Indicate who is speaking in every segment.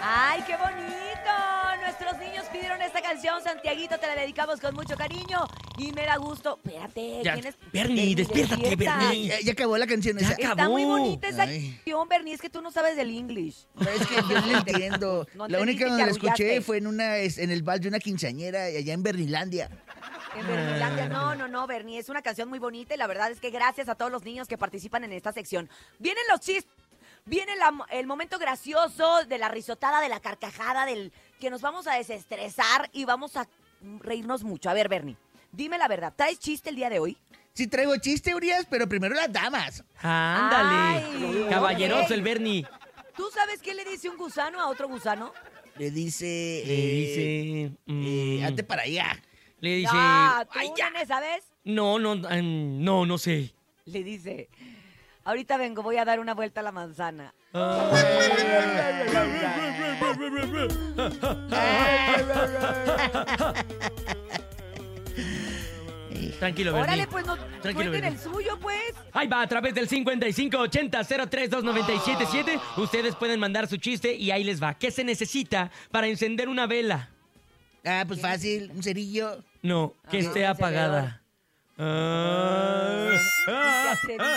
Speaker 1: ¡Ay, qué bonito! Nuestros niños pidieron esta canción, Santiaguito, te la dedicamos con mucho cariño y me da gusto. Espérate,
Speaker 2: Ya,
Speaker 1: tienes...
Speaker 2: Bernie, despiértate,
Speaker 1: despierta.
Speaker 2: Bernie.
Speaker 3: Ya, ya acabó la canción
Speaker 2: Ya
Speaker 3: esa.
Speaker 2: acabó.
Speaker 1: Está muy bonita esa
Speaker 3: Ay.
Speaker 1: canción, Bernie, es que tú no sabes del English.
Speaker 3: Es que yo no la entiendo.
Speaker 1: No
Speaker 3: la
Speaker 1: entendiste
Speaker 3: única
Speaker 1: que
Speaker 3: donde
Speaker 1: aullaste.
Speaker 3: la escuché fue en una es- en el vals de una quinceañera allá en Bernilandia.
Speaker 1: En
Speaker 2: Ah.
Speaker 1: Bernilandia, no, no, no, Bernie, es una canción muy bonita y la verdad es que gracias a todos los niños que participan en esta sección. Vienen los chistes, viene la mo- el momento gracioso de la risotada, de la carcajada, del que nos vamos a desestresar y vamos a reírnos mucho. A ver, Bernie, dime la verdad, ¿traes chiste el día de hoy?
Speaker 3: Sí traigo chiste, Urias, pero primero las damas.
Speaker 2: Ándale.
Speaker 1: Ay,
Speaker 2: Caballeroso
Speaker 1: ok.
Speaker 2: el Bernie.
Speaker 1: ¿Tú sabes qué le dice un gusano a otro gusano?
Speaker 3: Le dice...
Speaker 2: Le
Speaker 3: eh,
Speaker 2: dice.
Speaker 3: eh,
Speaker 2: mm,
Speaker 3: hazte para allá.
Speaker 2: le dice.
Speaker 1: ah, tú,
Speaker 2: "Ay, ya".
Speaker 1: nene, ¿sabes?
Speaker 2: No, no, mm, no, no sé.
Speaker 1: Le dice, ahorita vengo, voy a dar una vuelta a la manzana.
Speaker 2: Tranquilo,
Speaker 1: Órale,
Speaker 2: Bernie.
Speaker 1: pues no
Speaker 2: Tranquilo,
Speaker 1: cuenten
Speaker 2: Bernie.
Speaker 1: el suyo, pues.
Speaker 2: Ahí va, a través del 5580-032977. Ustedes pueden mandar su chiste y ahí les va. ¿Qué se necesita para encender una vela?
Speaker 3: Ah, pues fácil, un cerillo.
Speaker 2: Ah, No, que
Speaker 1: Ajá,
Speaker 2: esté
Speaker 1: un
Speaker 2: apagada. Ah,
Speaker 1: ¿Te
Speaker 2: ah,
Speaker 1: atreviste,
Speaker 2: ah,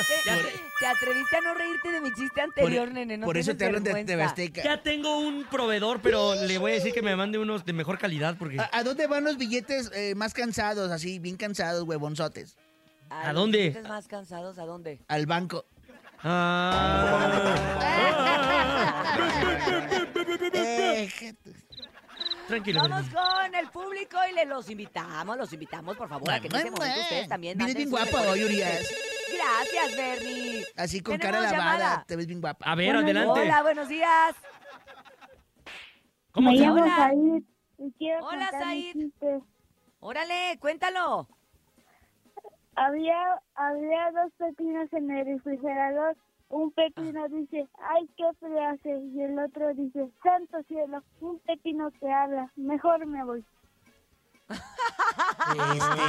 Speaker 1: te atreviste a no reírte de mi chiste anterior, nene. No
Speaker 3: por eso
Speaker 1: tienes
Speaker 3: te hablan de,
Speaker 1: vergüenza.
Speaker 3: de Azteca.
Speaker 2: Ya tengo un proveedor, pero le voy a decir que me mande unos de mejor calidad porque...
Speaker 3: ¿A, a dónde van los billetes eh, más cansados, así, bien cansados, huevonzotes?
Speaker 1: Ay,
Speaker 2: ¿A dónde?
Speaker 1: ¿Estás más cansados? ¿A dónde?
Speaker 3: Al banco.
Speaker 2: Ah,
Speaker 3: Eh,
Speaker 2: tranquilo.
Speaker 1: Vamos
Speaker 2: Bernie.
Speaker 1: con el público y le los invitamos, los invitamos, por favor, a que en este momento ustedes también
Speaker 3: Vienes
Speaker 1: manden
Speaker 3: bien
Speaker 1: sus
Speaker 3: guapa
Speaker 1: mejores
Speaker 3: hoy,
Speaker 1: chistes.
Speaker 3: Urias.
Speaker 1: Gracias, Bernie.
Speaker 3: así con cara
Speaker 1: Tenemos
Speaker 3: lavada,
Speaker 1: llamada.
Speaker 3: te ves bien guapa.
Speaker 2: A ver,
Speaker 4: Hola,
Speaker 2: adelante.
Speaker 1: Hola, buenos días.
Speaker 2: ¿Cómo
Speaker 4: Me
Speaker 2: se-
Speaker 1: llamo-
Speaker 4: llamo
Speaker 1: Hola.
Speaker 4: Said y quiero
Speaker 1: Hola,
Speaker 4: contar un
Speaker 1: Said.
Speaker 4: chiste.
Speaker 1: Órale, cuéntalo.
Speaker 4: Había, había dos pepinos en el refrigerador. Un
Speaker 1: Ah.
Speaker 4: pepino dice, ay, qué frío hace. Y el otro dice, santo cielo, un pepino que habla. Mejor me voy.
Speaker 3: Este,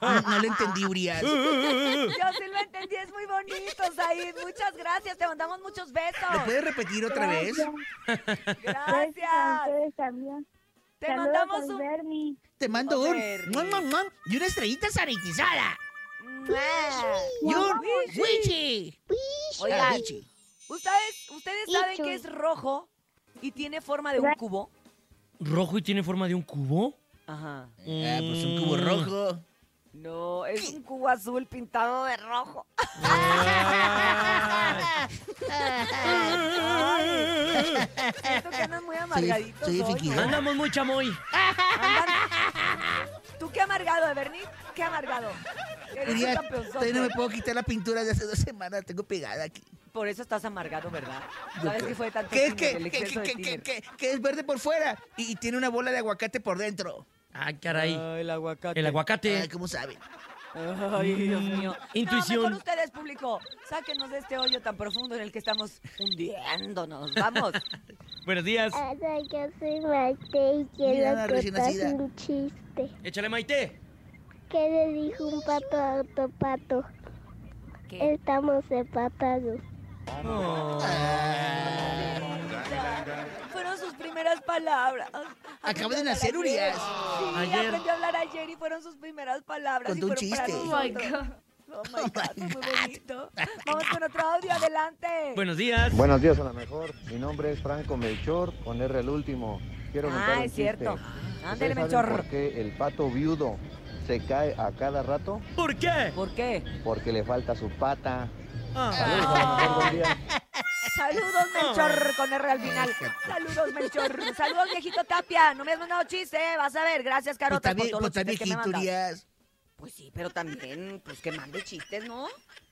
Speaker 3: no, no lo entendí, Urias.
Speaker 1: Yo sí lo entendí, es muy bonito, Said. Muchas gracias, te mandamos muchos
Speaker 3: ¿Lo
Speaker 1: besos.
Speaker 3: puedes repetir otra vez?
Speaker 4: Gracias. Gracias a
Speaker 1: Gracias.
Speaker 4: ustedes también.
Speaker 1: Te
Speaker 4: Saludos
Speaker 1: mandamos
Speaker 4: al
Speaker 1: un
Speaker 4: Bernie.
Speaker 3: Te mando
Speaker 1: A
Speaker 3: un
Speaker 1: ver.
Speaker 3: muam, muam, muam, y una estrellita sanitizada. Y
Speaker 1: ¡Mua!
Speaker 3: un
Speaker 1: Wishi.
Speaker 3: wichi. Ah,
Speaker 1: Oigan,
Speaker 3: wichi.
Speaker 1: ¿ustedes, ustedes saben que es rojo y tiene forma de un cubo?
Speaker 2: ¿Rojo y tiene forma de un cubo?
Speaker 1: Ajá.
Speaker 3: Ah, pues un cubo
Speaker 2: Mm.
Speaker 3: rojo.
Speaker 1: No, es un cubo azul pintado de rojo.
Speaker 2: Ah.
Speaker 1: Ay, Siento que andan muy amargaditos
Speaker 3: soy
Speaker 1: hoy,
Speaker 3: fingido.
Speaker 1: ¿no?
Speaker 2: Andamos muy chamoy.
Speaker 1: Andan- ¿Tú qué amargado, Bernie? ¿Qué amargado? Eres un
Speaker 3: Urias, todavía no
Speaker 1: campeonzote.
Speaker 3: me puedo quitar la pintura de hace dos semanas, la tengo pegada aquí.
Speaker 1: Por eso estás amargado, ¿verdad?
Speaker 3: Yo
Speaker 1: ¿Sabes
Speaker 3: creo.
Speaker 1: Ah, que fue tanto
Speaker 3: ¿Qué,
Speaker 1: tíner,
Speaker 3: qué,
Speaker 1: el
Speaker 3: qué,
Speaker 1: exceso de
Speaker 3: qué, qué,
Speaker 1: tíner?
Speaker 3: qué, qué es verde por fuera y, y tiene una bola de aguacate por dentro.
Speaker 2: Ah, caray.
Speaker 1: el aguacate.
Speaker 2: El
Speaker 3: Ay,
Speaker 2: aguacate.
Speaker 3: ¿cómo sabe?
Speaker 1: Ay, Dios mío.
Speaker 2: Intuición.
Speaker 1: No, mejor ustedes, público, sáquenos de este hoyo tan profundo en el que estamos hundiéndonos. Vamos.
Speaker 2: Buenos días.
Speaker 4: Hola, yo soy Maite y
Speaker 3: quiero la recién contar nacida. un
Speaker 4: chiste.
Speaker 2: Échale, Maite.
Speaker 4: ¿Qué le dijo un pato a otro pato?
Speaker 1: ¿Qué?
Speaker 4: Estamos separados.
Speaker 1: Fueron sus primeras palabras.
Speaker 3: Acaba
Speaker 1: Aprendió
Speaker 3: de
Speaker 1: a
Speaker 3: nacer
Speaker 1: hablar
Speaker 3: Urias.
Speaker 1: ayer. Sí,
Speaker 2: Ayer.
Speaker 1: aprendió a hablar ayer y fueron sus primeras palabras.
Speaker 3: Contó
Speaker 1: y
Speaker 3: un
Speaker 1: fueron para
Speaker 3: chiste.
Speaker 1: nosotros. Oh my God. Oh my God, fue muy bonito. Vamos con otro audio, adelante.
Speaker 2: Buenos días.
Speaker 5: Buenos días a la mejor. Mi nombre es Franco Melchor, con R el último. Quiero contar
Speaker 1: ah,
Speaker 5: un
Speaker 1: es
Speaker 5: chiste.
Speaker 1: cierto. Ándele,
Speaker 5: ¿Ustedes saben
Speaker 1: Melchor.
Speaker 5: ¿Por qué el pato viudo se cae a cada rato?
Speaker 2: ¿Por qué?
Speaker 1: ¿Por qué?
Speaker 5: Porque le falta su pata.
Speaker 2: Ah.
Speaker 5: Saludos a la mejor, buen día.
Speaker 1: Saludos, Melchor, con R al final. Saludos, Melchor. Saludos, viejito Tapia. No me has mandado chiste, ¿eh? vas a ver. Gracias,
Speaker 3: Pues
Speaker 1: Carota,
Speaker 3: está, bien-
Speaker 1: por todos
Speaker 3: pues
Speaker 1: los
Speaker 3: está
Speaker 1: chistes que me
Speaker 3: viejito,
Speaker 1: mandas.
Speaker 3: Urias.
Speaker 1: Pues sí, pero también, pues que mande chistes, ¿no?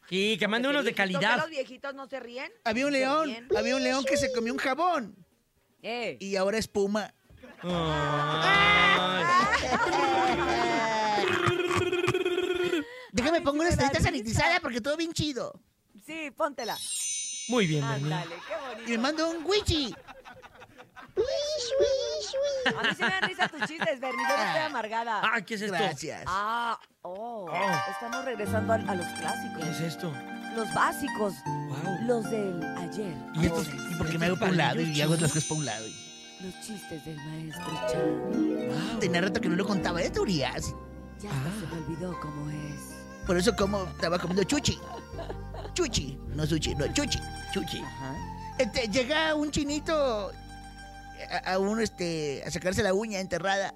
Speaker 2: Sí, que mande
Speaker 1: Porque
Speaker 2: unos
Speaker 1: viejitos,
Speaker 2: de
Speaker 1: que
Speaker 2: calidad.
Speaker 1: los viejitos no se ríen.
Speaker 3: Había un
Speaker 1: Se
Speaker 3: león,
Speaker 1: ríen.
Speaker 3: había un león que se comió un jabón
Speaker 1: Eh.
Speaker 3: y ahora espuma.
Speaker 2: Ay.
Speaker 3: Déjame
Speaker 1: Ay,
Speaker 3: pongo una
Speaker 1: sí me da
Speaker 3: estrellita
Speaker 1: risa.
Speaker 3: sanitizada porque todo bien chido.
Speaker 1: Sí, póntela.
Speaker 2: Muy bien, Bernie.
Speaker 1: Ándale, qué bonito.
Speaker 3: Y me mando un wichi.
Speaker 1: A mí se me dan risa tus chistes, Bernie. Yo no estoy amargada.
Speaker 2: Ah, ¿qué es esto?
Speaker 3: Gracias.
Speaker 1: Ah, oh.
Speaker 2: Oh.
Speaker 1: Estamos regresando al- a, los
Speaker 2: ¿Qué es
Speaker 1: clásicos.
Speaker 2: esto?
Speaker 1: Los básicos.
Speaker 2: Wow.
Speaker 1: Los del ayer.
Speaker 2: ¿Y estos?
Speaker 1: ahora.
Speaker 2: ¿Y
Speaker 3: Porque me hago para un lado y
Speaker 2: palillos,
Speaker 3: hago
Speaker 2: chicos?
Speaker 3: otras cosas para un lado.
Speaker 1: Los chistes del maestro Chan.
Speaker 3: Tenía rato que no lo contaba, ¿eh, Urias?
Speaker 1: Ya hasta
Speaker 3: Ah.
Speaker 1: se me olvidó cómo es.
Speaker 3: Por eso como estaba comiendo chuchi. Chuchi, no sushi, no, chuchi, chuchi.
Speaker 1: Ajá.
Speaker 3: Este, llega un chinito a, a un, este, a sacarse la uña enterrada.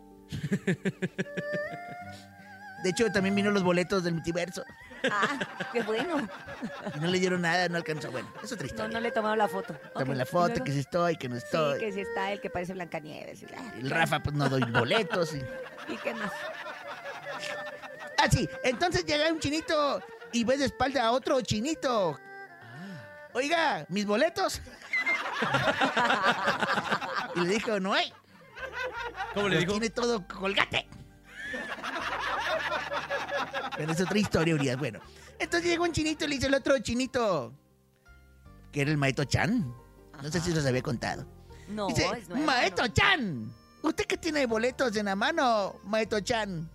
Speaker 3: De hecho, también vino los boletos del multiverso.
Speaker 1: Ah, qué bueno.
Speaker 3: Y no le dieron nada, no alcanzó. Bueno, es otra
Speaker 1: No,
Speaker 3: historia.
Speaker 1: no le he tomado la foto.
Speaker 3: Toma
Speaker 1: Ok,
Speaker 3: la
Speaker 1: ¿y
Speaker 3: foto,
Speaker 1: luego?
Speaker 3: que si estoy, que no
Speaker 1: Sí,
Speaker 3: estoy.
Speaker 1: que sí está el que parece Blancanieves. y la-
Speaker 3: El Rafa, pues no doy boletos. y-
Speaker 1: ¿Y qué más?
Speaker 3: Ah, sí. Entonces llega un chinito y ves de espalda a otro chinito. Oiga, mis boletos. y le dijo, no hay.
Speaker 2: ¿Cómo le
Speaker 3: Los
Speaker 2: digo?
Speaker 3: tiene todo colgate. Pero es otra historia, Urias. Bueno, entonces llegó un chinito y le dice el otro chinito, que era el Maito Chan. No sé si los había contado.
Speaker 1: No,
Speaker 3: dice,
Speaker 1: Oh, es nuevo.
Speaker 3: Maito
Speaker 1: no.
Speaker 3: Chan, ¿usted qué tiene boletos en la mano, Maito Chan?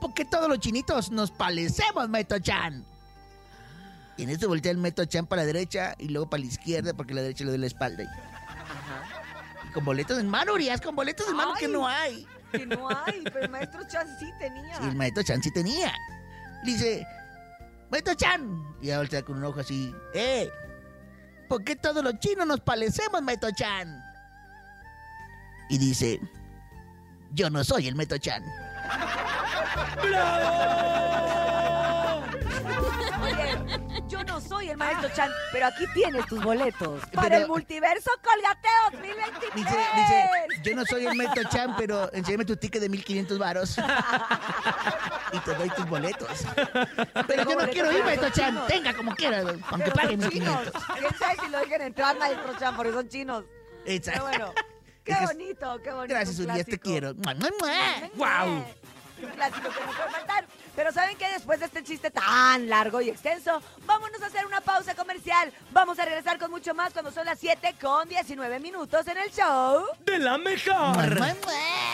Speaker 3: Porque todos los chinitos nos palecemos, Maito Chan. Y en esto voltea el Maito Chan para la derecha y luego para la izquierda porque la derecha le doy la espalda.
Speaker 1: Ajá.
Speaker 3: Y con boletos en mano, Urias, con boletos en mano que
Speaker 1: Ay.
Speaker 3: no hay.
Speaker 1: Que no hay, pero el maestro Chan sí tenía.
Speaker 3: Sí, el maestro Chan sí tenía. Le dice, maestro Chan. Y ahora voltea con un ojo así, ¡eh! ¿Por qué todos los chinos nos palecemos, maestro Chan? Y dice, yo no soy el maestro Chan.
Speaker 1: Oye, yo no soy el maestro Chan, pero aquí tienes tus boletos. Para
Speaker 3: Pero-
Speaker 1: el multiverso Colgate
Speaker 3: Dice,
Speaker 1: 2023.
Speaker 3: dice, yo no soy el maestro Chan, pero enséñame tu ticket de 1500 varos. y te doy tus boletos. Pero yo no
Speaker 1: boletos
Speaker 3: quiero ir,
Speaker 1: para
Speaker 3: maestro
Speaker 1: los
Speaker 3: Chan.
Speaker 1: chinos.
Speaker 3: Tenga como quiera, aunque
Speaker 1: Pero
Speaker 3: pague
Speaker 1: son chinos.
Speaker 3: 1500.
Speaker 1: ¿Quién sabe si lo dejen entrar, maestro Chan? Porque son chinos. Pero
Speaker 3: Exacto.
Speaker 1: bueno, qué
Speaker 3: Es que-
Speaker 1: bonito, qué bonito.
Speaker 3: Gracias, este
Speaker 1: un
Speaker 3: Urias, te
Speaker 1: clásico.
Speaker 3: quiero. ¡Mua, mua, mua!
Speaker 2: ¡Guau!
Speaker 1: Un clásico que no puede faltar. Pero ¿saben qué? Después de este chiste tan largo y extenso, vámonos a hacer una pausa comercial. Vamos a regresar con mucho más cuando son las 7 con 19 minutos en el show.
Speaker 2: ¡De la
Speaker 3: ¡Mua,
Speaker 2: mejor!
Speaker 3: mua, mua!